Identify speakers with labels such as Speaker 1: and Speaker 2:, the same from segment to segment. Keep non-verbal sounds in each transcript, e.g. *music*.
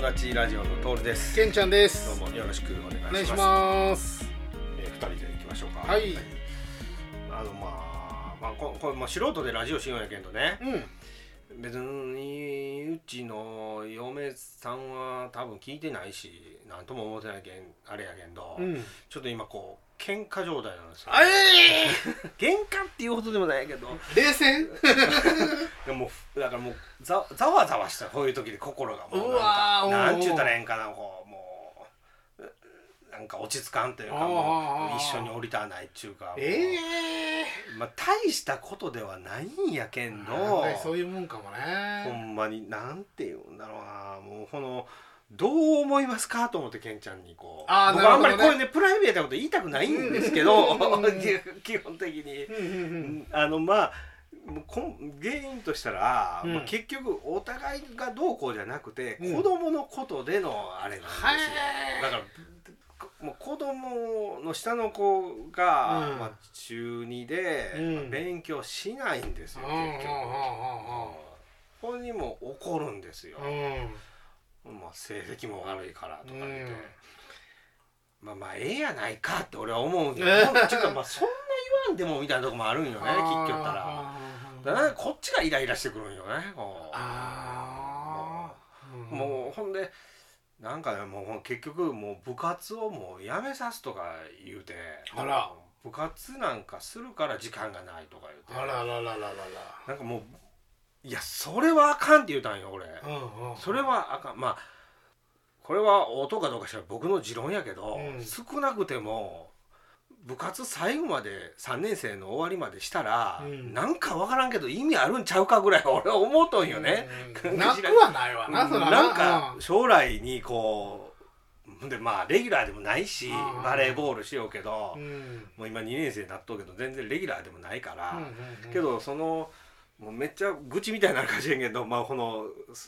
Speaker 1: がちラジオのトールです
Speaker 2: けんちゃんで
Speaker 1: どう
Speaker 2: す。
Speaker 1: もよろしくお願
Speaker 2: お願
Speaker 1: い
Speaker 2: い
Speaker 1: し
Speaker 2: し
Speaker 1: ます
Speaker 2: ます。
Speaker 1: えー二人で行きましょうか
Speaker 2: はい
Speaker 1: あのまあまあここれまあ素人でラジオしようやけんどね
Speaker 2: うん。
Speaker 1: 別にうちの嫁さんは多分聞いてないし何とも思ってないけんあれやけんど、
Speaker 2: うん。
Speaker 1: ちょっと今こう喧嘩状態なんですよ
Speaker 2: あえ
Speaker 1: 喧嘩っていうほどでもないけど
Speaker 2: ー、冷戦？
Speaker 1: でもだからもうざざわざわしたこういう時で心がもう
Speaker 2: うわー
Speaker 1: なんかな
Speaker 2: おうおう
Speaker 1: んちゅうたらええんかなこうもうなんか落ち着かんというか
Speaker 2: あー
Speaker 1: もう一緒に降りたないっちゅうかもう
Speaker 2: え
Speaker 1: まあ大したことではないんやけ
Speaker 2: え
Speaker 1: ん
Speaker 2: ー。
Speaker 1: ど
Speaker 2: なんかそういうもんか
Speaker 1: ほ
Speaker 2: もね。
Speaker 1: んまになんて言うんだろうなもうこのどう思いますかと思ってケンちゃんにこう
Speaker 2: あー
Speaker 1: 僕
Speaker 2: なる
Speaker 1: あん
Speaker 2: ほ
Speaker 1: まりこ
Speaker 2: どね
Speaker 1: ういうねプライベートなこと言いたくないんですけど
Speaker 2: うんうんうん
Speaker 1: *laughs* 基本的に。
Speaker 2: うんうんうん。
Speaker 1: あのまあもうこん原因としたら、
Speaker 2: うん
Speaker 1: まあ、結局お互いがどうこうじゃなくて、
Speaker 2: うん
Speaker 1: 子供のことでのあれなんですよ、
Speaker 2: はい
Speaker 1: だからこもう子供の下の子が、
Speaker 2: うん
Speaker 1: まあ、中2で、
Speaker 2: うん
Speaker 1: まあ勉強しないんですよ
Speaker 2: うんうんうん
Speaker 1: 結局、これにも怒るんですよ、
Speaker 2: うんうんうん。
Speaker 1: まあ、成績も悪いからとか言って、
Speaker 2: うん
Speaker 1: まあまあええやないかって俺は思うけど、
Speaker 2: え
Speaker 1: ちょっとまあそんな言わんでもみたいなとこもあるんよね
Speaker 2: あ
Speaker 1: 結
Speaker 2: ー
Speaker 1: 局ったら。だからこっちがイライラしてくるんよねこう
Speaker 2: あー。
Speaker 1: もうほんでなんかねもう結局もう部活をもうやめさすとか言うて
Speaker 2: あら
Speaker 1: 部活なんかするから時間がないとか
Speaker 2: う
Speaker 1: 言
Speaker 2: ん。あ
Speaker 1: うて
Speaker 2: らららららら
Speaker 1: なんかもういやそれはあかんって言うたんよ俺
Speaker 2: ら。うんうん。
Speaker 1: それはあかんまあこれは音かどうかしらん僕の持論やけど、
Speaker 2: うん
Speaker 1: 少なくても部活最後まで3年生の終わりまでしたら、
Speaker 2: うん
Speaker 1: なんか分からんけど意味あるんちゃうかぐらい俺は *laughs* 思うとんよね。
Speaker 2: うん。なくはないわな。そら
Speaker 1: なんか将来にこうでまあレギュラーでもないし
Speaker 2: うん
Speaker 1: バレーボールしようけど
Speaker 2: うん。うん
Speaker 1: もう今2年生になっとうけど全然レギュラーでもないか
Speaker 2: うん
Speaker 1: ら
Speaker 2: うん
Speaker 1: けどそのもうめっちゃ愚痴みたいになるかもしれんけどまあこの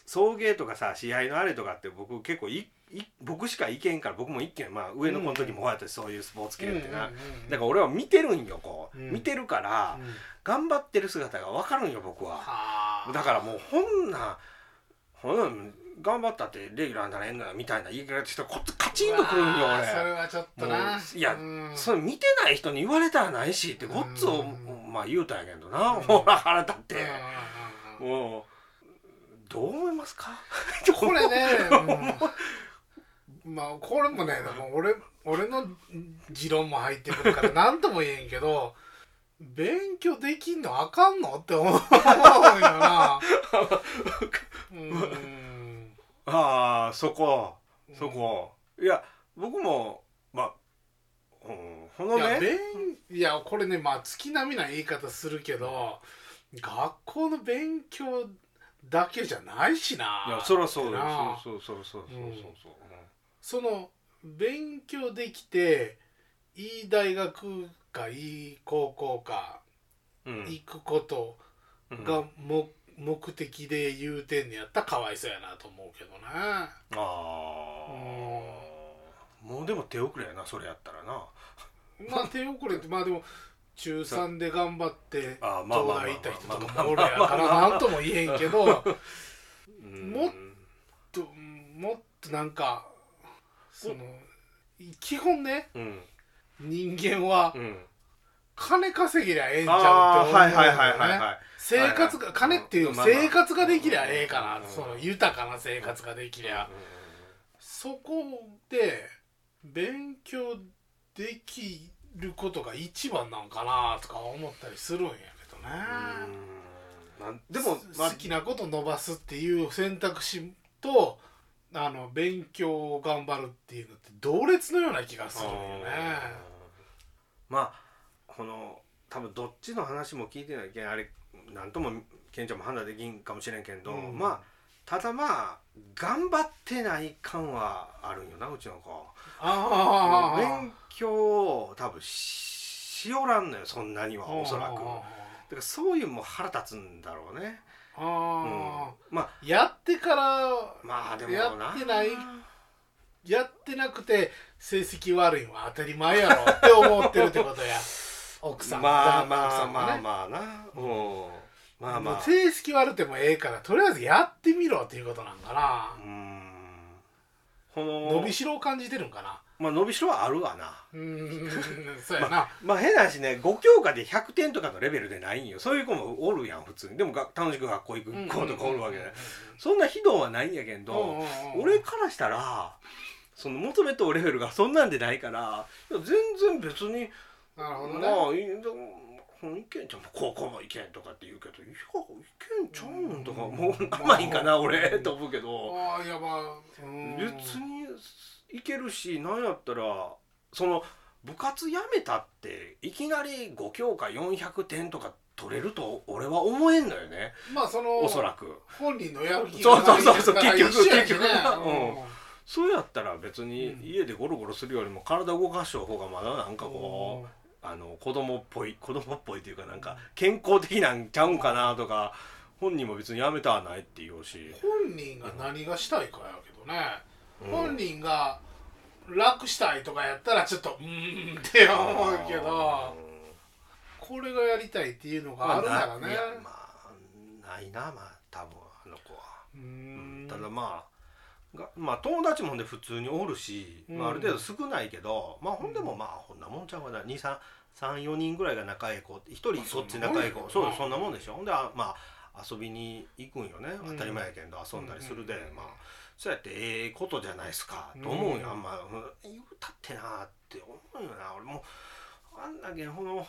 Speaker 1: 送迎とかさ試合のあれとかって僕結構いい僕しか行けんから僕も行けんまあ上の子の時もこうやってそういうスポーツ系ってな
Speaker 2: うんうんうんうん
Speaker 1: だから俺は見てるんよこう
Speaker 2: うん
Speaker 1: 見てるから
Speaker 2: うん
Speaker 1: 頑張ってる姿が分かるんよ僕は。
Speaker 2: はあ
Speaker 1: だからもうほんなほんなん頑張ったってレギュラーになれんのよみたいな言い方してこっちカチンとくるんよ
Speaker 2: うわーそれ
Speaker 1: 俺
Speaker 2: はちょっとな
Speaker 1: もういや
Speaker 2: うん
Speaker 1: それ見てない人に言われたらないしってごっつを
Speaker 2: うん
Speaker 1: まあ言うたんやけどな
Speaker 2: うん
Speaker 1: ほら腹立って
Speaker 2: うんうんうん
Speaker 1: もうどう思いますか
Speaker 2: *laughs* これね、うんまあこれもねでも俺俺の持論も入ってく
Speaker 1: *laughs*
Speaker 2: るから何とも言えんけど勉強できんのあかんのって思うよ
Speaker 1: *laughs*
Speaker 2: なうん
Speaker 1: ああそこそこいや僕もまあうんこの
Speaker 2: い
Speaker 1: ね
Speaker 2: や勉いやこれねまあ月並みな言い方するけど学校の勉強だけじゃないしない
Speaker 1: やそらそうよ
Speaker 2: なあ
Speaker 1: そうそうそうそうそうそうそう
Speaker 2: その勉強できていい大学かいい高校か
Speaker 1: うん
Speaker 2: 行くこと
Speaker 1: うん
Speaker 2: がも、目的で言うてんのやったらかわいそうやなと思うけどね
Speaker 1: ああもうでも手遅れやなそれやったらな
Speaker 2: まあ手遅れってまあでも中3で頑張って
Speaker 1: あーまあま
Speaker 2: 東
Speaker 1: あまあ
Speaker 2: 大行った人と
Speaker 1: まあま
Speaker 2: かも
Speaker 1: あ
Speaker 2: おる
Speaker 1: まあ
Speaker 2: やからなんとも言えんけどもっともっとなんかその基本ね
Speaker 1: うん
Speaker 2: 人間は
Speaker 1: うん
Speaker 2: 金稼ぎりゃええんちゃ
Speaker 1: ああ
Speaker 2: うっ
Speaker 1: ー
Speaker 2: て思う
Speaker 1: は
Speaker 2: ん
Speaker 1: い
Speaker 2: だ
Speaker 1: はい
Speaker 2: よね
Speaker 1: はいはいはい
Speaker 2: 生活が、
Speaker 1: はい
Speaker 2: 金っていう
Speaker 1: まあまあ
Speaker 2: 生活ができりゃええかな、
Speaker 1: うん
Speaker 2: その豊かな生活ができりゃ、そこで勉強できることが一番なんかなとか思ったりするんやけど
Speaker 1: うん
Speaker 2: ね、
Speaker 1: なんでも
Speaker 2: す
Speaker 1: まあ
Speaker 2: 好きなこと伸ばすっていう選択肢とあの勉強を頑張るっていうのって同列のような気がするよね
Speaker 1: まあこの多分どっちの話も聞いてないけんあれなんともケンちゃんも判断できんかもしれんけんど、
Speaker 2: うん
Speaker 1: まあただまあ頑張ってない感はあるんよなうちの子。
Speaker 2: ああ
Speaker 1: 勉強を多分ししおらんのよそんなにはおそらくだ
Speaker 2: あ
Speaker 1: からそういうのも腹立つんだろうね、
Speaker 2: あ
Speaker 1: うん
Speaker 2: あ、
Speaker 1: まあ
Speaker 2: やってから
Speaker 1: まあでも
Speaker 2: や
Speaker 1: な
Speaker 2: ってないやってなくて成績悪いのは当たり前やろって思ってるってこと
Speaker 1: *laughs*
Speaker 2: や奥さん
Speaker 1: まあ
Speaker 2: 奥
Speaker 1: ま
Speaker 2: さ
Speaker 1: あ
Speaker 2: んもね
Speaker 1: まあまあな、うんまあま
Speaker 2: も
Speaker 1: あ
Speaker 2: う成績悪くてもええからとりあえずやってみろっていうことなんかな
Speaker 1: うーんこの
Speaker 2: 伸びしろを感じてるんかな
Speaker 1: まあ、伸びしろはあるわな
Speaker 2: うーん *laughs* そうやな、
Speaker 1: まあ変な話ね5教科で100点とかのレベルでないんよそういう子もおるやん普通にでもが楽しく学校行く子とかおるわけで、そんな非道はないんやけんど、
Speaker 2: うんうんうんうん
Speaker 1: 俺からしたらその求めとうレベルがそんなんでないからいや全然別に
Speaker 2: なるほどね、
Speaker 1: まあいいんだうんいけんちゃう高校もいけんとかって言うけどいやいけんちゃうんとか
Speaker 2: うん
Speaker 1: もう甘いんかな
Speaker 2: うん
Speaker 1: 俺と思うけど
Speaker 2: ああやばうーん
Speaker 1: 別にいけるしなんやったらその部活やめたっていきなり5教科400点とか取れると俺は思えんのよね
Speaker 2: まあその
Speaker 1: おそらく
Speaker 2: 本人のやる気
Speaker 1: そうそうそうそう
Speaker 2: ない
Speaker 1: 結局
Speaker 2: だから一緒や
Speaker 1: 結
Speaker 2: しね
Speaker 1: 局な
Speaker 2: うん
Speaker 1: そうやったら別に
Speaker 2: うん
Speaker 1: 家でゴロゴロするよりも体動かしとう方がまだなんかこうあの子供っぽい子供っぽいというかなんか健康的なんちゃうんかなとか本人も別にやめたはないって言うし、
Speaker 2: 本人が何がしたいかやけどね、
Speaker 1: うん
Speaker 2: 本人が楽したいとかやったらちょっとうーんって思うけどこれがやりたいっていうのがあるならね、
Speaker 1: いやまあないなまあ多分あの子は、
Speaker 2: うーん
Speaker 1: ただまあがまあ友達もね普通におるし、まあ、ある程度少ないけど、まあほんでもまあこんなもんちゃうかな234人ぐらいが仲いい子1人そっち仲いい子
Speaker 2: そ
Speaker 1: そ
Speaker 2: ん
Speaker 1: うですそん
Speaker 2: なもんや
Speaker 1: なもんでしょほんであまあ遊びに行くんよね当たり前やけど遊んだりするで、
Speaker 2: うん
Speaker 1: まあそうやってええことじゃないですかと思うよ、
Speaker 2: うん
Speaker 1: あんまうん言うたってなーって思うよな俺もうあんだけこの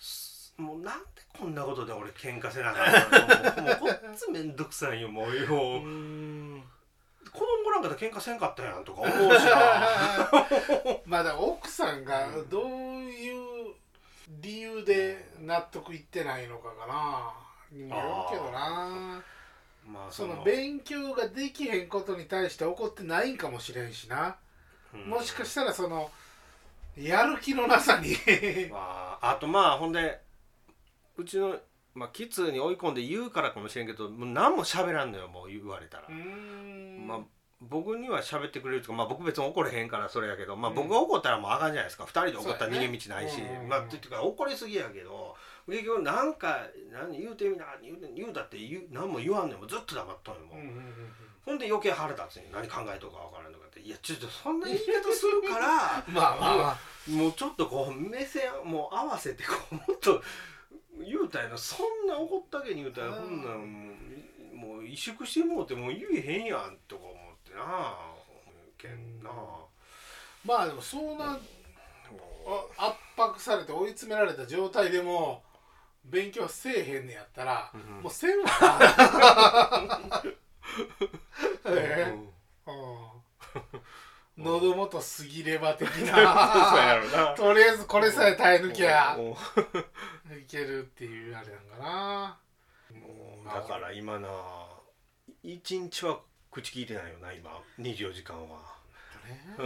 Speaker 1: すもうなんでこんなことで俺喧嘩せなあかん
Speaker 2: *laughs*
Speaker 1: のもうこっちめんどくさいよもうよ
Speaker 2: うーん *laughs*
Speaker 1: 子供なんかで喧嘩せんかったやんとか思うし
Speaker 2: *laughs*
Speaker 1: な
Speaker 2: まあだから奥さんがどういう理由で納得いってないのかかなにもよるけどな
Speaker 1: まあ
Speaker 2: その勉強ができへんことに対して怒ってないんかもしれんしな、
Speaker 1: うん
Speaker 2: もしかしたらそのやる気のなさに
Speaker 1: まあ、あとまあほんでうちの、まあ、キッズに追い込んで言うからかもしれんけどもう何も喋らんのよもう言われたら
Speaker 2: うー、ん
Speaker 1: まあ僕には喋ってくれるとか、まあ、僕別に怒れへんからそれやけど、まあ、
Speaker 2: うん
Speaker 1: 僕が怒ったらもうあかんじゃないですか、二2人で怒ったら
Speaker 2: そう
Speaker 1: 逃
Speaker 2: や
Speaker 1: げ
Speaker 2: ね
Speaker 1: 道ないし、
Speaker 2: うんうんうん
Speaker 1: まあっていうか怒りすぎやけど結局なんか何言うてみな言うて言うたって言う何も言わんねんもうずっと黙っとんよもう
Speaker 2: うんうんうんうん
Speaker 1: ほんで余計腹立つねん何考えとるか分からんとかっていやちょっとそんな言い方するから
Speaker 2: *laughs* まあまあまあ
Speaker 1: もうちょっとこう目線もう合わせてこうもっと言うたやなそんな怒ったけに言うたら
Speaker 2: う
Speaker 1: こ
Speaker 2: ん
Speaker 1: んなんもうもう萎縮してもうてもう言えへんやんとか思ってなけんな
Speaker 2: まあでもそんなあ圧迫されて追い詰められた状態でも勉強せえへんねやったら、
Speaker 1: うん
Speaker 2: もうせんわなええうん喉元すぎれば的 *laughs*
Speaker 1: そうや
Speaker 2: な
Speaker 1: ろな
Speaker 2: とりあえずこれさえ耐え抜きゃ
Speaker 1: も
Speaker 2: いけるっていうあれなんかな
Speaker 1: うだから今な一日は口聞いてないよな今24時間は。
Speaker 2: ね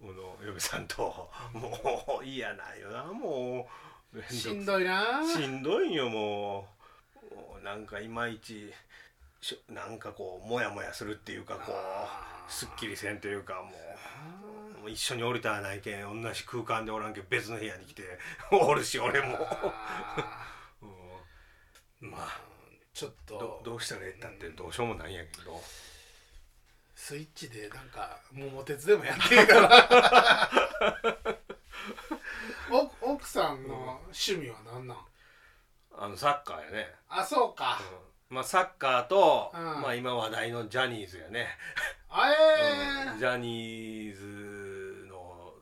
Speaker 1: この嫁さんともう嫌なんよなもうめんどく
Speaker 2: しんどいな
Speaker 1: しんどいんよもうもうなんかいまいちしょなんかこうモヤモヤするっていうかこうすっきりせんというかもうもう一緒におりたらないけん同じ空間でおらんけん別の部屋に来て *laughs* おるし俺も、
Speaker 2: あ
Speaker 1: うんまあ
Speaker 2: ーちょっ
Speaker 1: ど
Speaker 2: と
Speaker 1: どうしたらええったってどうしようもないんやけど
Speaker 2: スイッチでなんか桃鉄でもやってるから *laughs* お奥さんの趣味は何なん
Speaker 1: あのサッカーやね、
Speaker 2: あそうか
Speaker 1: うんまあサッカーと、
Speaker 2: うん
Speaker 1: まあ今話題のジャニーズやね
Speaker 2: あ
Speaker 1: う
Speaker 2: え
Speaker 1: んジャニーズの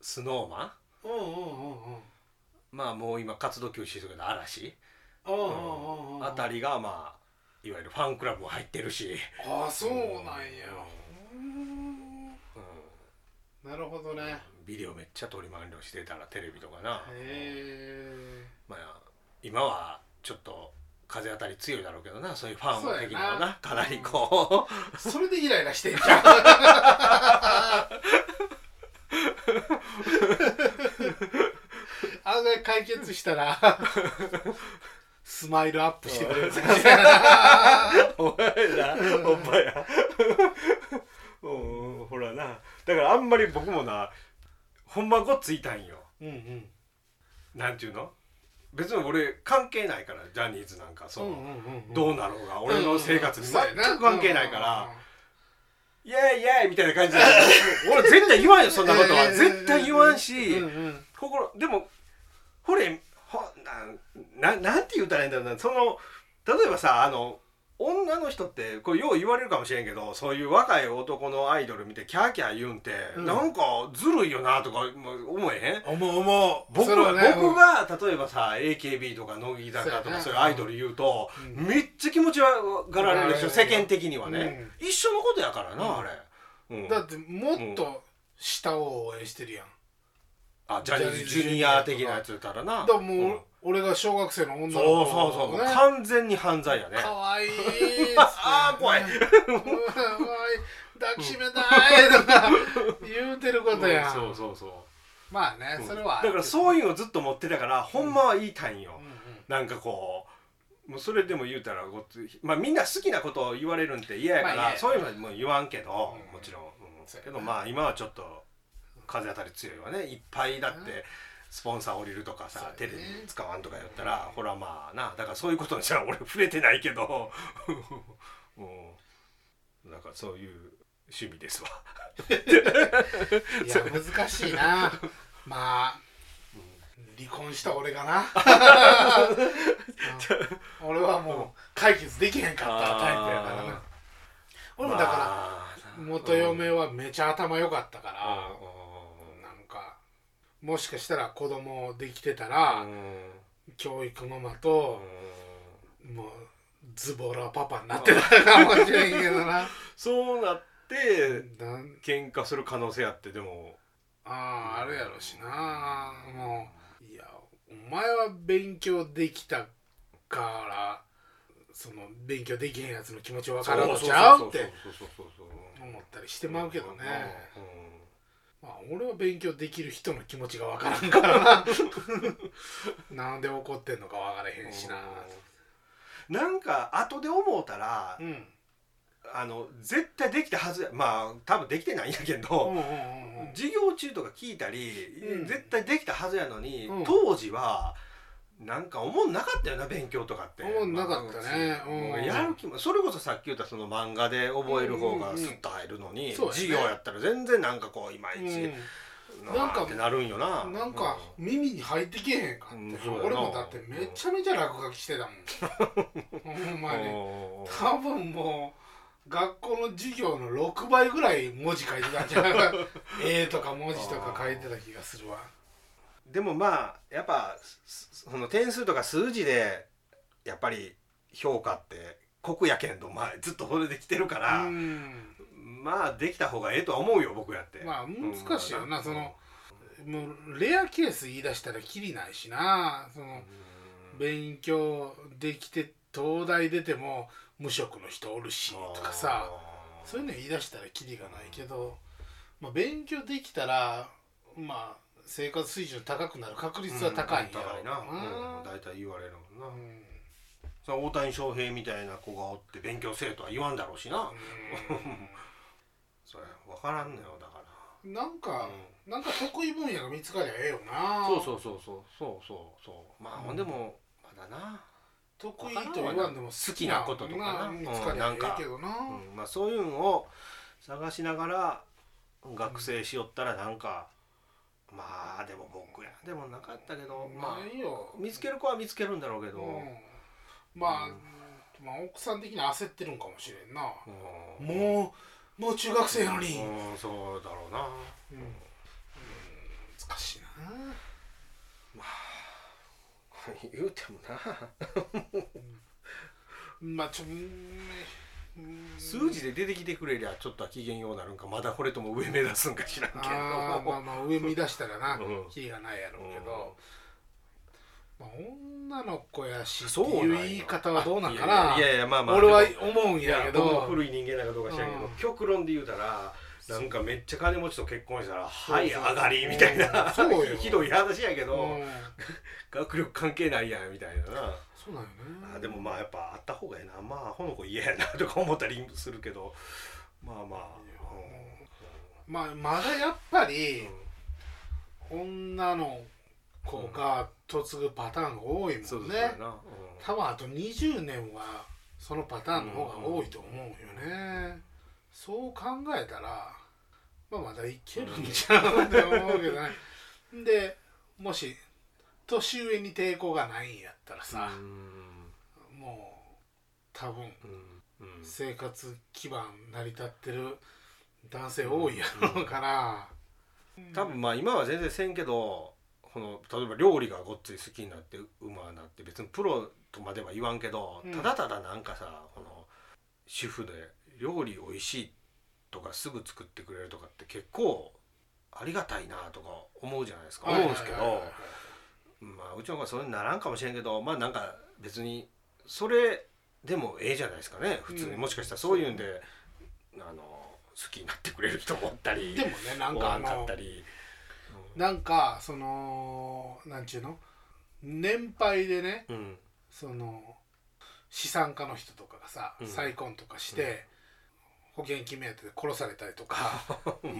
Speaker 1: スノーマン
Speaker 2: ーうんうんうんうん
Speaker 1: まあもう今活動休止するけど嵐
Speaker 2: うんうんうんうん
Speaker 1: あたりがまあいわゆるファンクラブも入ってるし、
Speaker 2: ああそうなんやうん
Speaker 1: う
Speaker 2: なるほどね
Speaker 1: ん、ビデオめっちゃ撮り回りをしてたらテレビとかな、
Speaker 2: へ
Speaker 1: まあ、今はちょっと風当たり強いだろうけどなそういうファン的なの
Speaker 2: そう
Speaker 1: な
Speaker 2: やな
Speaker 1: かなりこう、
Speaker 2: えそれでイライラしてんじゃん案外解決したらスマイルアップしてくれる
Speaker 1: お前らおっぱいやうんほらなだからあんまり僕もなほんまごっついたんよ
Speaker 2: うんうん
Speaker 1: なんていうの別に俺関係ないからジャニーズなんかそう、
Speaker 2: うんうんうんうん
Speaker 1: どうなろうが俺の生活に全く関係ないから、イエイイエイみたいな感
Speaker 2: *laughs*
Speaker 1: じで俺絶対言わんよそんなことは絶対言わんし
Speaker 2: うんうん
Speaker 1: 心でもほれほなななんて言うたらいいんだろうなその例えばさあの女の人ってこれよう言われるかもしれんけどそういう若い男のアイドル見てキャーキャー言うんて、
Speaker 2: うん
Speaker 1: なんかずるいよなとかも思えへん
Speaker 2: 思う思う
Speaker 1: 僕
Speaker 2: それ
Speaker 1: は
Speaker 2: はね
Speaker 1: 僕が例えばさ AKB とか乃木坂と
Speaker 2: そうや
Speaker 1: か
Speaker 2: な
Speaker 1: そういうアイドル言うと、
Speaker 2: うん
Speaker 1: めっちゃ気持ち悪がられるでしょ
Speaker 2: がら
Speaker 1: 世
Speaker 2: れるよ
Speaker 1: 間的にはね、一緒のことやからな、
Speaker 2: うん
Speaker 1: あれ、うん
Speaker 2: だってもっと下を応援してるやん
Speaker 1: あジャニーズジュニア的なやつ言ったらな
Speaker 2: だからもう、
Speaker 1: ん
Speaker 2: 俺が小学生の女の子
Speaker 1: そうそうそう、
Speaker 2: ね
Speaker 1: 完全に犯罪やね
Speaker 2: かわいいっす
Speaker 1: *laughs*
Speaker 2: ね
Speaker 1: あー怖い
Speaker 2: うんかわいい抱きしめたいとか言うてることやん、
Speaker 1: うんそうそうそ
Speaker 2: まあね、
Speaker 1: う
Speaker 2: それは
Speaker 1: だからそう
Speaker 2: い
Speaker 1: い
Speaker 2: う、
Speaker 1: うのずっと持ってたからほんまは言いたいんよ、
Speaker 2: うんう
Speaker 1: なんかこうもうそれでも言うたらごっつまあみんな好きなことを言われるんって嫌やから、
Speaker 2: まあ嫌や
Speaker 1: そういうのはもう言わんけど、
Speaker 2: うん
Speaker 1: もちろん、うん
Speaker 2: そうやな
Speaker 1: けどまあ今はちょっと風当たり強いわねいっぱいだって、
Speaker 2: うん
Speaker 1: スポンサー降りるとかさ、
Speaker 2: そうやね
Speaker 1: テレビ使わんとかやったら、ほらまあなだからそういうことにしたら俺触れてないけど *laughs* もうなんかそういう趣味ですわ、
Speaker 2: んいや難し
Speaker 1: *laughs*
Speaker 2: いなまあ離婚した俺
Speaker 1: *laughs*
Speaker 2: がな、うん俺はもう解決できへんかったタイプやから
Speaker 1: あー
Speaker 2: な俺もだか
Speaker 1: まあ
Speaker 2: ら元嫁はめちゃ頭良かったか
Speaker 1: うん
Speaker 2: ら、なんかもしかしたら子供できてたら、
Speaker 1: うんうん
Speaker 2: 教育ママ
Speaker 1: う
Speaker 2: と、
Speaker 1: ん
Speaker 2: もうズボラパパになってたかもしれんけどな *laughs*
Speaker 1: そうなって
Speaker 2: なん
Speaker 1: 喧嘩する可能性あってでも
Speaker 2: あああるやろしなもういやお前は勉強できたからその勉強できへんやつの気持ちわからんのちゃうって
Speaker 1: そうそうそうそうそう
Speaker 2: 思ったりしてまうけどね、
Speaker 1: うんうん
Speaker 2: まあ、俺は勉強できる人の気持ちがわからんからな *laughs* なんで怒ってんのかわからへんしな
Speaker 1: なんか後で思うたら
Speaker 2: うんうん
Speaker 1: あの絶対できたはずやまあ多分できてないんやけ
Speaker 2: うん
Speaker 1: ど
Speaker 2: うんうん
Speaker 1: 授業中とか聞いたり
Speaker 2: うん
Speaker 1: 絶対できたはずやのに
Speaker 2: うん
Speaker 1: 当時はなんか思んなかったよな勉強とかって
Speaker 2: 思んなかったね
Speaker 1: まあ
Speaker 2: うん
Speaker 1: もうやる気もそれこそさっき言ったその漫画で覚える方
Speaker 2: うんうんう
Speaker 1: が
Speaker 2: ん
Speaker 1: スッと入るのに
Speaker 2: そうやね
Speaker 1: 授業やったら全然なんかこういまいち
Speaker 2: うん
Speaker 1: なんかってなるんよな。
Speaker 2: なんか耳に入ってけへんか
Speaker 1: うん
Speaker 2: って、
Speaker 1: そうやな
Speaker 2: 俺もだってめちゃめちゃ落書きしてたもんほんまに多分もう学校の授業の6倍ぐらい文字書いてたんじゃない
Speaker 1: *laughs*
Speaker 2: か絵とか文字とか書いてた気がするわ
Speaker 1: でもまあやっぱすその点数とか数字でやっぱり評価って酷やけんど、まあ、ずっとそれできてるか
Speaker 2: う
Speaker 1: ら、
Speaker 2: ん
Speaker 1: まあできた方がええとは思うよ僕やって。
Speaker 2: まあ難しいよな
Speaker 1: うん
Speaker 2: そのもうレアケース言い出したらきりないしなその勉強できて東大出ても無職の人おるしとかさそういうの言い出したらキリがないけど、まあ、勉強できたらまあ生活水準高くなる確率は高いんや
Speaker 1: 高
Speaker 2: ろ
Speaker 1: いうな、
Speaker 2: な
Speaker 1: うん、大体言われるもんな、
Speaker 2: うん
Speaker 1: その大谷翔平みたいな子がおって勉強せえとは言わんだろうしな、それ分からんのよだか
Speaker 2: うんなん
Speaker 1: ら、
Speaker 2: か
Speaker 1: う、ん
Speaker 2: なんか得意分野が見つかりゃええよな
Speaker 1: そうそうそうそうそうそうそうまあ、
Speaker 2: うん
Speaker 1: ほんでもまだな、
Speaker 2: 得意と言わんでも
Speaker 1: 好きなこととかな
Speaker 2: な見つかりゃええけどな
Speaker 1: うんまあ、そういうのを探しながら学生しよったらなんか、まあでも僕やでもなかったけど、ま
Speaker 2: な
Speaker 1: あ
Speaker 2: いよ
Speaker 1: 見つける子は見つけるんだろうけど、
Speaker 2: うんまあまあ奥さん的に焦ってるんかもしれんな
Speaker 1: うん
Speaker 2: もうもう中学生やのに
Speaker 1: うんそうだろうな
Speaker 2: *laughs* うんうん難しいな
Speaker 1: 言うてもな
Speaker 2: まあちょうん
Speaker 1: 数字で出てきてくれりゃちょっとは機嫌ようなるんかまだこれとも上目指すんか知らんけ
Speaker 2: あーまあ
Speaker 1: ど
Speaker 2: まあ上見出したらな、
Speaker 1: うん
Speaker 2: キリがないや *laughs* ろうけど、まあ、女の子やしって
Speaker 1: そう
Speaker 2: い
Speaker 1: な
Speaker 2: うん
Speaker 1: よ
Speaker 2: 言い方はどうなんかな
Speaker 1: や
Speaker 2: い
Speaker 1: いやいやいやまあまあ
Speaker 2: 俺は思うん
Speaker 1: い
Speaker 2: や
Speaker 1: や
Speaker 2: け
Speaker 1: 僕も
Speaker 2: ど
Speaker 1: 古い人間なんかどうか知らんけど、
Speaker 2: うん
Speaker 1: 極論で言うたらなんかめっちゃ金持ちと結婚したら「
Speaker 2: そう
Speaker 1: はい上がり」みたいな
Speaker 2: そう *laughs* よ
Speaker 1: *laughs* ひどい話やけど、
Speaker 2: うん
Speaker 1: 学力関係ないやんみたいなな、
Speaker 2: そうなんよね
Speaker 1: あでもまあやっぱあった方がええなまあほの子嫌やなとか思ったりするけどまあまあ
Speaker 2: いやまあまだやっぱり
Speaker 1: うん、
Speaker 2: 女の子が嫁ぐパターンが多いもんね、
Speaker 1: そうですよな、うん
Speaker 2: 多分あと20年はそのパターンの方が多いと思うよね、そう考えたらまあまだいけるんちゃうんって思うけどねでもし年上に抵抗がないんやったらさ、もう多分生活基盤成り立ってる男性多いやろうから、
Speaker 1: 多分まあ今は全然せんけどこの例えば料理がごっつい好きになってうまなって別にプロとまでは言わんけど、
Speaker 2: うん
Speaker 1: ただただなんかさこの主婦で料理おいしいとかすぐ作ってくれるとかって結構ありがたいなとか思うじゃないですか思うんですけど、
Speaker 2: はいはいはいはい
Speaker 1: まあうちの子はそれにならんかもしれんけどまあなんか別にそれでもええじゃないですかね普通に、
Speaker 2: うん
Speaker 1: もしかしたらそういうんであの好きになってくれる人もおったり
Speaker 2: でもねなん
Speaker 1: お
Speaker 2: からあ
Speaker 1: んか
Speaker 2: の
Speaker 1: ったり。
Speaker 2: なんかそのなんちゅうの年配でね
Speaker 1: うん
Speaker 2: その資産家の人とかがさ、
Speaker 1: うん
Speaker 2: 再婚とかして、保険金目当てで殺されたりと
Speaker 1: *laughs*
Speaker 2: か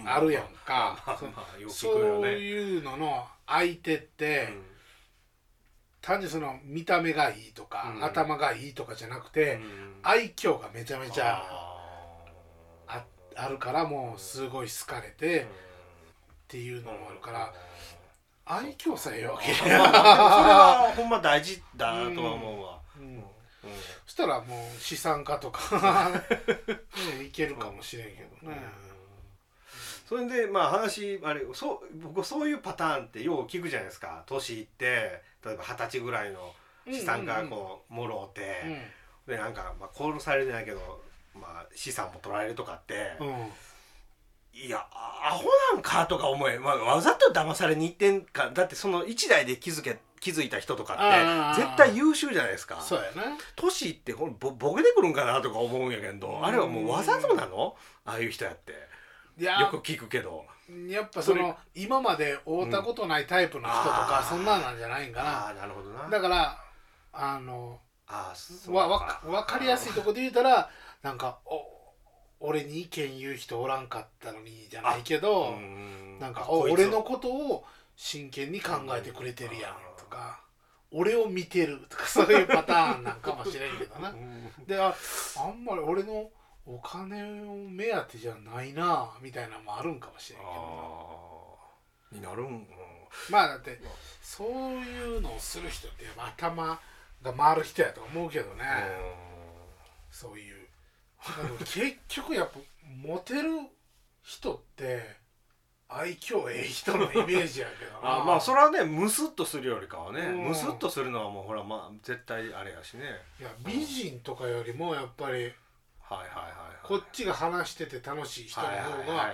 Speaker 2: あるやんか、
Speaker 1: まあ
Speaker 2: そ
Speaker 1: まあよく聞
Speaker 2: そ
Speaker 1: くよ
Speaker 2: う
Speaker 1: ね。
Speaker 2: いうのの相手って、単にその見た目がいいとか、
Speaker 1: うん
Speaker 2: 頭がいいとかじゃなくて、愛嬌がめちゃめちゃああるからもうすごい好かれてっていうのもあるから、愛嬌さええわけ
Speaker 1: それはほんま大事だとは思うわ。
Speaker 2: うんそしたらもう資産家と *laughs* かねいけるかもしれんけどね、
Speaker 1: それでまあ話あれそう僕そういうパターンってよう聞くじゃないですか年いって例えば二十歳ぐらいの資産がこうもろうて、
Speaker 2: う
Speaker 1: でなんか、まあ、殺されてないけど、まあ、資産も取られるとかって、
Speaker 2: んうんうん
Speaker 1: いやアホなんかとか思え、まあ、わざと騙されに行ってんかだってその一代で気づけ気づいた人と
Speaker 2: あ
Speaker 1: か
Speaker 2: あ
Speaker 1: って絶対優秀じゃないですか
Speaker 2: そうやな
Speaker 1: 年ってほんぼボケてくるんかなとか思うんやけ
Speaker 2: う
Speaker 1: ど
Speaker 2: ん
Speaker 1: あれはもうわざとなのああいう人やって
Speaker 2: いや
Speaker 1: よく聞くけど
Speaker 2: やっぱそ
Speaker 1: そ
Speaker 2: の今まで会ったことないタイプの人とか、
Speaker 1: うん
Speaker 2: そんなんなんじゃないんか
Speaker 1: ああなるほどな
Speaker 2: なだからあの
Speaker 1: ああそう
Speaker 2: わわかわかりやすいと
Speaker 1: こ
Speaker 2: こで言うたらなんかお俺に意見言う人おらんかったのにじゃないけど、なんかお俺のことを真剣に考えてくれてるやんとか俺を見てるとかそういうパターンなんかもしれんけどなでああんまり俺のお金を目当てじゃないなみたいなのもあるんかもしれんけどな
Speaker 1: ああになるん、うん
Speaker 2: まあだってそういうのをする人ってやっぱ頭が回る人やと思うけどね、そういうあの結局やっぱモテる人って愛嬌ええ人のイメージやけど
Speaker 1: *laughs*
Speaker 2: な
Speaker 1: あまあそれはねムスッとするよりかはね
Speaker 2: うん
Speaker 1: ムスッとするのはもうほらまあ絶対あれやしね
Speaker 2: いや美人とかよりもやっぱり
Speaker 1: はいはいはいはい
Speaker 2: こっちが話してて楽しい人の方
Speaker 1: はいはいはい
Speaker 2: が
Speaker 1: はい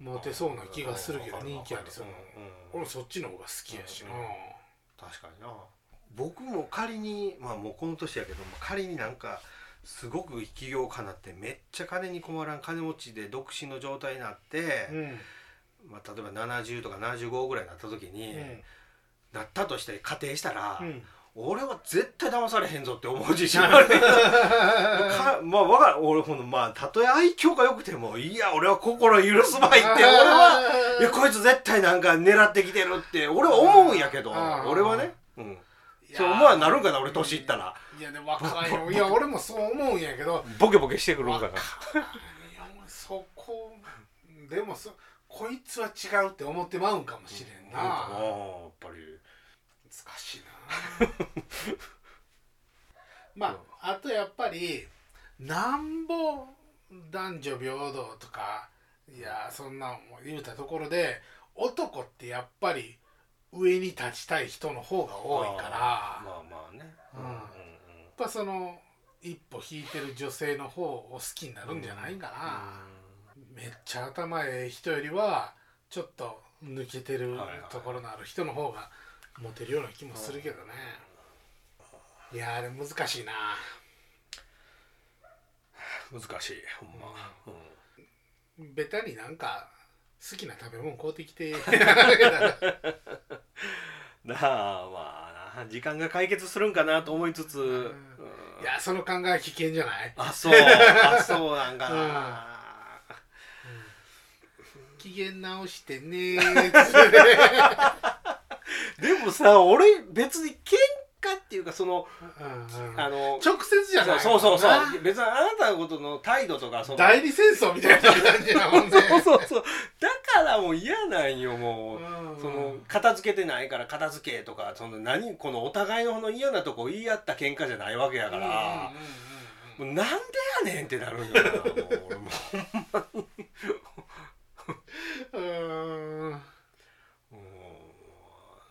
Speaker 2: モテそうな気がするけど
Speaker 1: うん
Speaker 2: 人気ありそうな
Speaker 1: うんうん
Speaker 2: 俺そっちの方が好きやしな
Speaker 1: うん確かにな僕も仮にまあもうこの年やけども仮になんかすごく起業家になってめっちゃ金に困らん金持ちで独身の状態になって、
Speaker 2: うん
Speaker 1: まあ、例えば70とか75ぐらいになった時に、なったとして仮定したら、
Speaker 2: うん
Speaker 1: 俺は絶対騙されへんぞって思う自信ある *laughs* かまあわかる俺ほんのまあたとえ愛嬌が良くてもいや俺は心許すまいって俺 *laughs* はいやこいつ絶対なんか狙ってきてるって俺は思うんやけど
Speaker 2: あー
Speaker 1: 俺はね、うん、
Speaker 2: いや
Speaker 1: そう思わんなるんかな俺年いったら
Speaker 2: いやでも若いよいや俺もそう思うんやけど
Speaker 1: ボケボケしてくるんかな
Speaker 2: 何やお前そこでもそこいつは違うって思ってまうんかもしれんな
Speaker 1: あ
Speaker 2: 難
Speaker 1: やっぱり
Speaker 2: しいなまああとやっぱりなんぼ男女平等とかいやそんなんも言うたところで男ってやっぱり上に立ちたい人の方が多いから
Speaker 1: あーまあまあね
Speaker 2: うんやっぱその一歩引いてる女性の方を好きになるんじゃないんかな、めっちゃ頭ええ人よりはちょっと抜けてる
Speaker 1: はいはい
Speaker 2: ところのある人の方がモテるような気もするけどね、いやーでも難しいな
Speaker 1: うん難しいほんま、う
Speaker 2: ベタになんか好きな食べ物買うて
Speaker 1: *laughs*
Speaker 2: きて
Speaker 1: ん、なあまあな時間が解決するんかなと思いつつ、うん
Speaker 2: いやその考え危険じゃない
Speaker 1: あそうあそうなんかな、
Speaker 2: 機嫌直してねーっつって
Speaker 1: でもさ俺別に喧嘩って *laughs* いうかその
Speaker 2: うんうん
Speaker 1: あの
Speaker 2: 直接じゃない
Speaker 1: そうそうそう
Speaker 2: な
Speaker 1: 別にあなたのことの態度とかその
Speaker 2: 代理戦争みたいな感じだもんね
Speaker 1: そうそうそうだからもう嫌なんよもう。
Speaker 2: うん
Speaker 1: その片付けてないから片付けとかその何このお互いのこの嫌なとこ言い合った喧嘩じゃないわけやから、
Speaker 2: うんうんうんうん
Speaker 1: もうなんでやねんってなるんよなもう俺も
Speaker 2: うんう
Speaker 1: うん
Speaker 2: ん
Speaker 1: な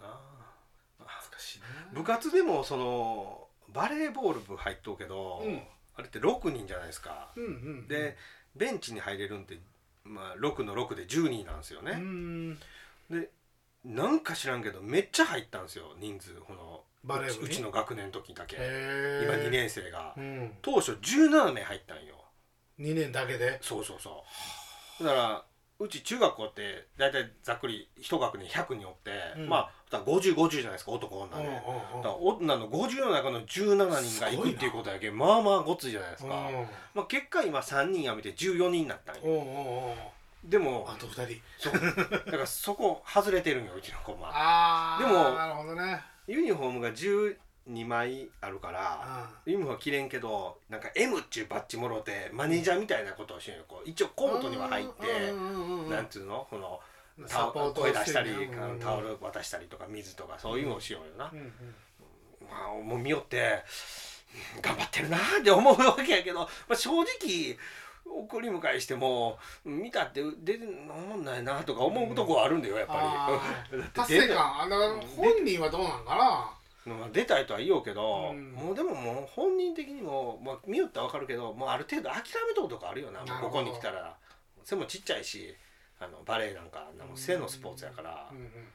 Speaker 1: あ
Speaker 2: 難しい
Speaker 1: 部活でもそのバレーボール部入っとうけど、
Speaker 2: うん
Speaker 1: あれって6人じゃないですか、
Speaker 2: なうんうん
Speaker 1: でベンチに入れるんって、まあ、6の6で10人なんですよ
Speaker 2: う
Speaker 1: ね、
Speaker 2: ん
Speaker 1: なんか知らんけどめっちゃ入ったんですよ人数この
Speaker 2: バレー部
Speaker 1: うちうちの学年の時だけ、
Speaker 2: へ
Speaker 1: 今
Speaker 2: ー
Speaker 1: 2年生が、
Speaker 2: うん
Speaker 1: 当初17名入ったんよ
Speaker 2: 2年だけで
Speaker 1: そうそうそうだからうち中学校って大体ざっくり一学年100人おって、
Speaker 2: うん
Speaker 1: まあ5050じゃないですか男女
Speaker 2: うんうん
Speaker 1: ね、だから女の50の中の17人が行くっていうことやけんまあまあごっついじゃないですか、
Speaker 2: うん
Speaker 1: まあ、結果今3人やめて14人になったんよ
Speaker 2: おうおう
Speaker 1: で
Speaker 2: おう
Speaker 1: も
Speaker 2: あと2人
Speaker 1: そうだからそこ外れてるんようちの子は
Speaker 2: ああ
Speaker 1: でも
Speaker 2: なるほどね
Speaker 1: ユニフォームが12枚あるから、
Speaker 2: あ
Speaker 1: ユニフォームは着れんけどなんか M っちゅうバッジもろてマネージャーみたいなことをしてんよこう一応コートには入ってなんていうのこのタオル声出したりタオル渡したりとか水とかそういうのをしようよな、まあ、もう見よってうん頑張ってるなって思うわけやけど、まあ、正直送り迎えしても見たって出てなんもんないなとか思うとこはあるんだよやっぱり、 *laughs* だって
Speaker 2: 達
Speaker 1: 出
Speaker 2: 成
Speaker 1: た
Speaker 2: 感あだから本人はどうなんかな
Speaker 1: まあ出たいとは言おうけど、
Speaker 2: うん
Speaker 1: もうでももう本人的にも、まあ、見よったらわかるけどもうある程度諦めとくとかあるよな
Speaker 2: なるほ
Speaker 1: も
Speaker 2: ど
Speaker 1: うここに来たら背もちっちゃいしあのバレエなんかあんなもう背のスポーツやから
Speaker 2: うん、うんうんうん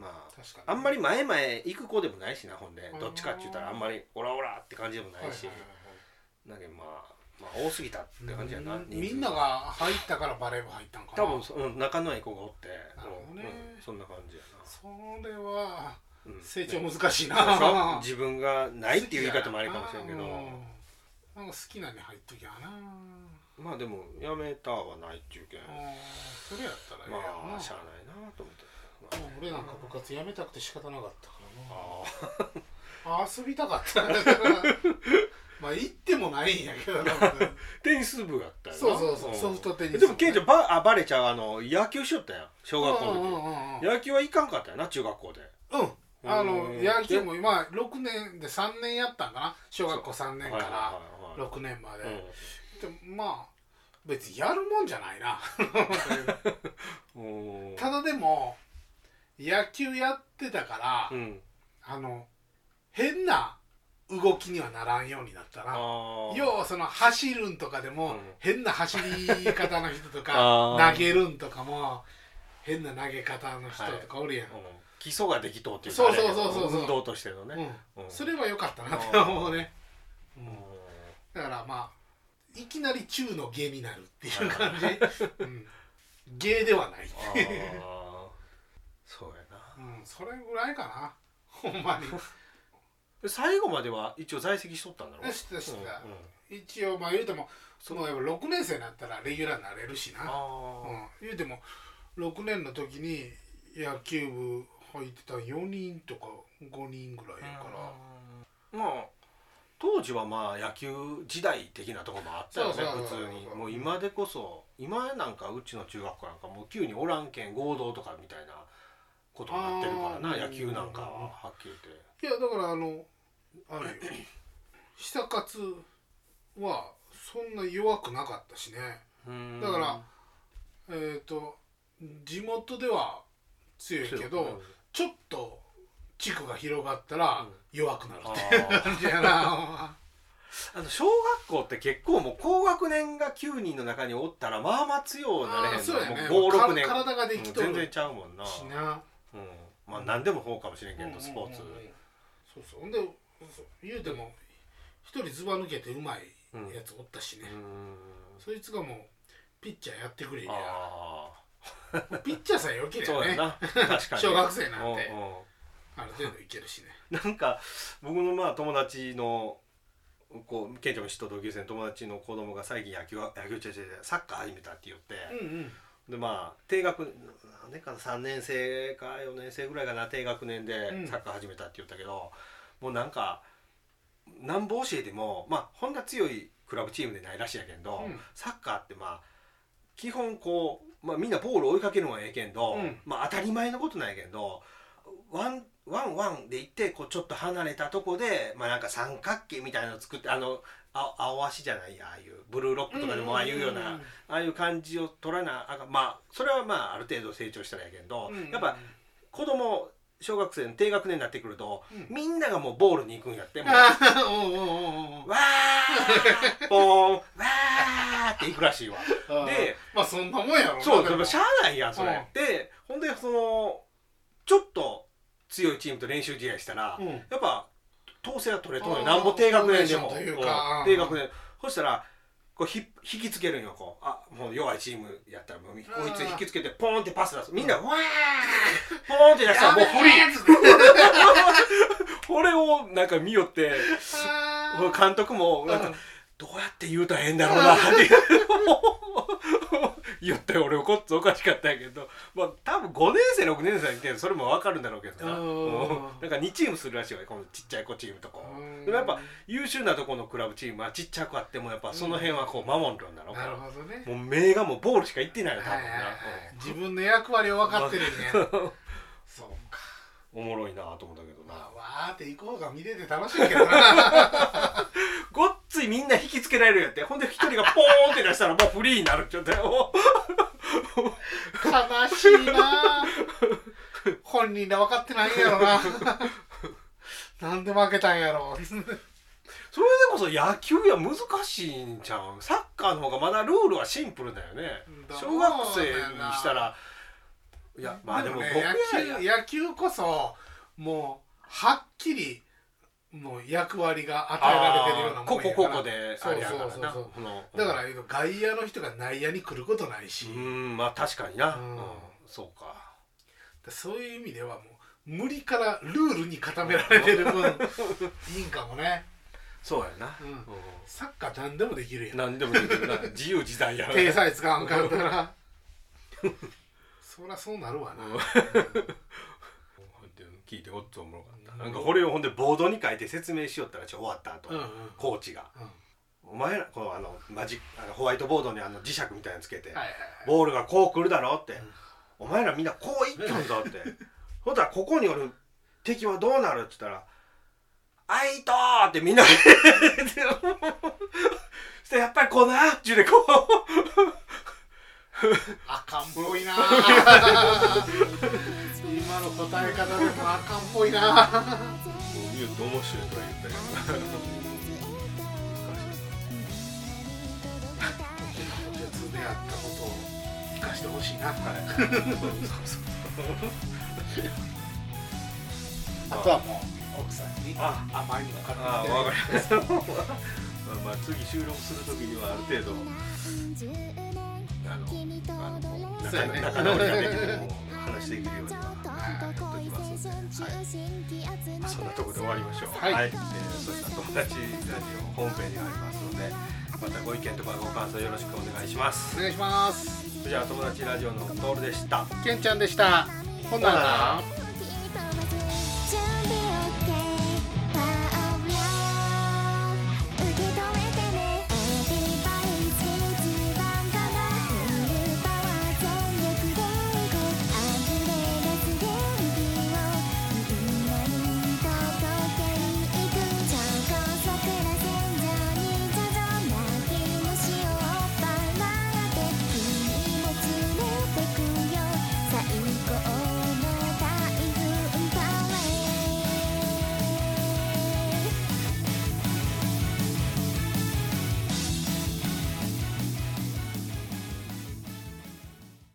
Speaker 1: まあ
Speaker 2: 確かに
Speaker 1: あんまり前々行く子でもないしなほんで
Speaker 2: うん
Speaker 1: どっちかって言ったらあんまりオラオラって感じでもないし、
Speaker 2: はいはいはいはい
Speaker 1: だけどまあ、まあ、多すぎたって感じやな、
Speaker 2: うん
Speaker 1: 人数
Speaker 2: みんなが入ったからバレー部入ったんかな
Speaker 1: 多分そ、うん、仲のいい子がおって
Speaker 2: なるほどね
Speaker 1: うんそんな感じやな、
Speaker 2: それは
Speaker 1: うん
Speaker 2: 成長
Speaker 1: ね
Speaker 2: 難しい
Speaker 1: そうでしょ
Speaker 2: な
Speaker 1: *laughs* 自分がないっていう言い方もあれかもしれんけど、
Speaker 2: うんなんか好きなに入っときゃな
Speaker 1: まあでもやめたはないっていうけん
Speaker 2: うんそれやったらええやん
Speaker 1: ま
Speaker 2: な
Speaker 1: あしゃあないなと思って、
Speaker 2: もう俺なんか部活やめたくて仕方なかったか
Speaker 1: あ
Speaker 2: ら
Speaker 1: あ
Speaker 2: な遊びたかった
Speaker 1: *laughs*
Speaker 2: まあ行ってもないんやけどな
Speaker 1: テニス部だったよな
Speaker 2: そうそうそうソフトテニス部
Speaker 1: でもケンちゃんばあバレちゃうあの野球しよったやん小学校の時、
Speaker 2: うんうんうんうん
Speaker 1: 野球はいかんかったよな中学校で
Speaker 2: うんあの
Speaker 1: うん
Speaker 2: 野球も今6年で3年やったんかな小学校3年か
Speaker 1: はいはい
Speaker 2: ら
Speaker 1: は
Speaker 2: 6年まで
Speaker 1: い
Speaker 2: でもまあ別にやるもんじゃないな
Speaker 1: うんうん
Speaker 2: ただでも野球やってたから、
Speaker 1: うん
Speaker 2: あの変な動きにはならんようになったな
Speaker 1: ああ
Speaker 2: 要はその走るんとかでも、
Speaker 1: うん
Speaker 2: 変な走り方の人
Speaker 1: *laughs*
Speaker 2: と
Speaker 1: あ
Speaker 2: か
Speaker 1: ー
Speaker 2: 投げるんとかも変な投げ方の人とかおるやん、
Speaker 1: うん基礎ができとうっていうか
Speaker 2: そうそうそうそ
Speaker 1: あれ
Speaker 2: う
Speaker 1: やけど運動としてのね、
Speaker 2: うん
Speaker 1: うん
Speaker 2: それは良かったなって思うね、
Speaker 1: うん
Speaker 2: うんだからまあいきなり中の芸になるっていう感じ、うん、芸ではない、
Speaker 1: ああそうやな
Speaker 2: うん、それぐらいかなほんまに
Speaker 1: で最後までは一応在籍しとったんだろ
Speaker 2: え知ってた知ってた
Speaker 1: うんうん
Speaker 2: 一応まあ言うてもそのやっぱ6年生になったらレギュラーになれるしな、うん
Speaker 1: あ、
Speaker 2: 言うても6年の時に野球部入ってた4人とか5人ぐらい
Speaker 1: あ
Speaker 2: やから、
Speaker 1: まあ当時はまあ野球時代的なとこもあったよね
Speaker 2: そうそうそう
Speaker 1: 普通にもう今でこそ今なんかうちの中学校なんかもう急におらんけん合同とかみたいなことになってるから
Speaker 2: あ
Speaker 1: な
Speaker 2: ー
Speaker 1: 野球なんかははっきり言って
Speaker 2: いやだからあのあれよ下活はそんな弱くなかったしね
Speaker 1: うん
Speaker 2: だからえっ、と地元では強いけど、ちょっと地区が広がったら弱くなる
Speaker 1: あ
Speaker 2: って *laughs*
Speaker 1: ー
Speaker 2: 感じや
Speaker 1: *laughs*
Speaker 2: な
Speaker 1: あの小学校って結構もう高学年が9人の中におったらまあまあ強うなれへん
Speaker 2: あーそうやね
Speaker 1: もう56年
Speaker 2: か体ができとる
Speaker 1: うん全然ちゃうもんな
Speaker 2: しな
Speaker 1: うん、まあ何でもそうかもしれんけど、スポーツ、
Speaker 2: うんうんうんうんそうそうほんでそう言うても一人ずば抜けてうまいやつおったしね、そいつがもうピッチャーやってくれりゃ
Speaker 1: あ
Speaker 2: ピッチャーさえよけ
Speaker 1: あ
Speaker 2: り
Speaker 1: そう
Speaker 2: ゃ
Speaker 1: や
Speaker 2: ね
Speaker 1: な確かに
Speaker 2: *laughs* 小学生なんて
Speaker 1: うんうん
Speaker 2: ある程度いけるしね
Speaker 1: なんか僕のまあ友達のこうケンちゃんも知っとる同級生の友達の子供が最近野球は野球ちゃうちゃうちゃうサッカー始めたって言って、
Speaker 2: うん
Speaker 1: でまあ低学何年かな3年生か4年生ぐらいかな低学年
Speaker 2: う
Speaker 1: で
Speaker 2: ん
Speaker 1: サッカー始めたって言ったけど、もうなんかなんぼ教えてもまあほんな強いクラブチームでないらしいやけんど、
Speaker 2: うん
Speaker 1: サッカーってまあ基本こう、まあ、みんなボール追いかけるのはええけんど、
Speaker 2: うん
Speaker 1: まあ、当たり前のことなんやけんどワンワンワンで行ってこうちょっと離れたとこで、まあ、なんか三角形みたいなの作ってあのあ青足じゃないやああいうブルーロックとかでもああいうような。ああいう感じを取らなあかんまあそれはまあある程度成長したらやけど、
Speaker 2: うん
Speaker 1: やっぱ子供小学生の低学年になってくると、
Speaker 2: うん
Speaker 1: みんながもうボールに行くんやってもう
Speaker 2: あ
Speaker 1: *laughs*
Speaker 2: ー *laughs* おうおうおうおう
Speaker 1: わーポーンわーって行くら
Speaker 2: *laughs*
Speaker 1: しいわ
Speaker 2: あー
Speaker 1: で
Speaker 2: まあそんなもんやろな
Speaker 1: そう
Speaker 2: で
Speaker 1: で
Speaker 2: も
Speaker 1: もしゃあないやんそれ、でほんでそのちょっと強いチームと練習試合したら、
Speaker 2: うん
Speaker 1: やっぱ統制は取れとん
Speaker 2: あ
Speaker 1: よ
Speaker 2: ー
Speaker 1: なんぼ低学年でも
Speaker 2: コンディションというか
Speaker 1: ん低学年そしたらこうひ引きつけるんよこうあもう弱いチームやったらもうこいつ引きつけてポーンってパス出すみんなわーポーンって出したらもうフリー
Speaker 2: やべえ
Speaker 1: これをなんか見よって
Speaker 2: あー
Speaker 1: 監督もなん
Speaker 2: う
Speaker 1: か
Speaker 2: ん
Speaker 1: どうやって言うたらええんだろうなって *laughs* 言って俺こっつおかしかったんやけどまあ多分5年生6年生だけどそれも分かるんだろうけどな
Speaker 2: う
Speaker 1: うん
Speaker 2: ん
Speaker 1: なんか2チームするらしいわよこのちっちゃい子チームとこ
Speaker 2: うん
Speaker 1: でもやっぱ優秀なとこのクラブチームはちっちゃくあってもやっぱその辺はこう守るんだろうか
Speaker 2: な
Speaker 1: ら
Speaker 2: るほどね
Speaker 1: もう目がもうボールしかいってないよ多
Speaker 2: はい
Speaker 1: 分
Speaker 2: はい
Speaker 1: な
Speaker 2: はい自分の役割を分かってるね
Speaker 1: うん
Speaker 2: そうか
Speaker 1: おもろいなと思ったけどな
Speaker 2: まあわーって行こうが見てて楽しいけどな
Speaker 1: ごっついみんな引きつけられるやってほんで一人がポーンって出したらもうフリーになるっちゃったよ
Speaker 2: 悲しいな本人ら分かってないんやろななんで負けたんやろ
Speaker 1: それでこそ野球や難しいんちゃうサッカーの方がまだルールはシンプルだよね
Speaker 2: どう
Speaker 1: 小学生にしたらいやまあでも僕
Speaker 2: ね
Speaker 1: や
Speaker 2: 野球野球こそもうはっきりもう役割が与えられてるような
Speaker 1: あー
Speaker 2: も
Speaker 1: こ
Speaker 2: んや
Speaker 1: こ
Speaker 2: から
Speaker 1: ここであれやから
Speaker 2: そうそう
Speaker 1: な
Speaker 2: そうそう
Speaker 1: この
Speaker 2: だから言うと外野の人が内野に来ることないし、
Speaker 1: うんまあ確かにな、う
Speaker 2: うんん
Speaker 1: そうか
Speaker 2: そういう意味ではもう無理からルールに固められてる分いいんかもね
Speaker 1: そうやな、
Speaker 2: うん
Speaker 1: う
Speaker 2: サッカー何でもできるや
Speaker 1: ん、
Speaker 2: ん
Speaker 1: 何でもできる
Speaker 2: *laughs*
Speaker 1: な自由自在や
Speaker 2: 手さえ使わんかったらそりゃそうなる
Speaker 1: *laughs*
Speaker 2: わな、
Speaker 1: 聞いておっとおもろかったなんかこれをほんでボードに書いて説明しよったらちょ終わった後、
Speaker 2: うんうん
Speaker 1: コーチが
Speaker 2: うん
Speaker 1: 「お前らこのあのマジあのホワイトボードにあの磁石みたいなのつけて、
Speaker 2: はいはいはい
Speaker 1: ボールがこう来るだろ」って、お前らみんなこう言ってんぞ」
Speaker 2: *laughs*
Speaker 1: ってほんだらここにおる敵はどうなるって言ったら「あいとー!」ってみんな *laughs* してやっぱりこうなっちゅうでこう
Speaker 2: 赤っぽ *laughs* いな今の答え方でも赤っぽいな
Speaker 1: 見ると面白いとは言ったけど
Speaker 2: 鉄でやったことを生かしてほしいな、あとはもう奥さんに
Speaker 1: あ
Speaker 2: 甘いのかな
Speaker 1: ああ
Speaker 2: って
Speaker 1: わかりましたまあまあ次収録する時にはある程度あのあの
Speaker 2: そうや
Speaker 1: 仲
Speaker 2: ね
Speaker 1: 仲直りができるのを話できるようにはやっときますのでそんなところで終わりましょう
Speaker 2: はい
Speaker 1: えーそしたら友達ラジオ本編にありますのでまたご意見とかご感想よろしくお願いします
Speaker 2: お願いします
Speaker 1: じゃあ友達ラジオのトールでした
Speaker 2: けんちゃんでしたほんなら
Speaker 1: ほんなら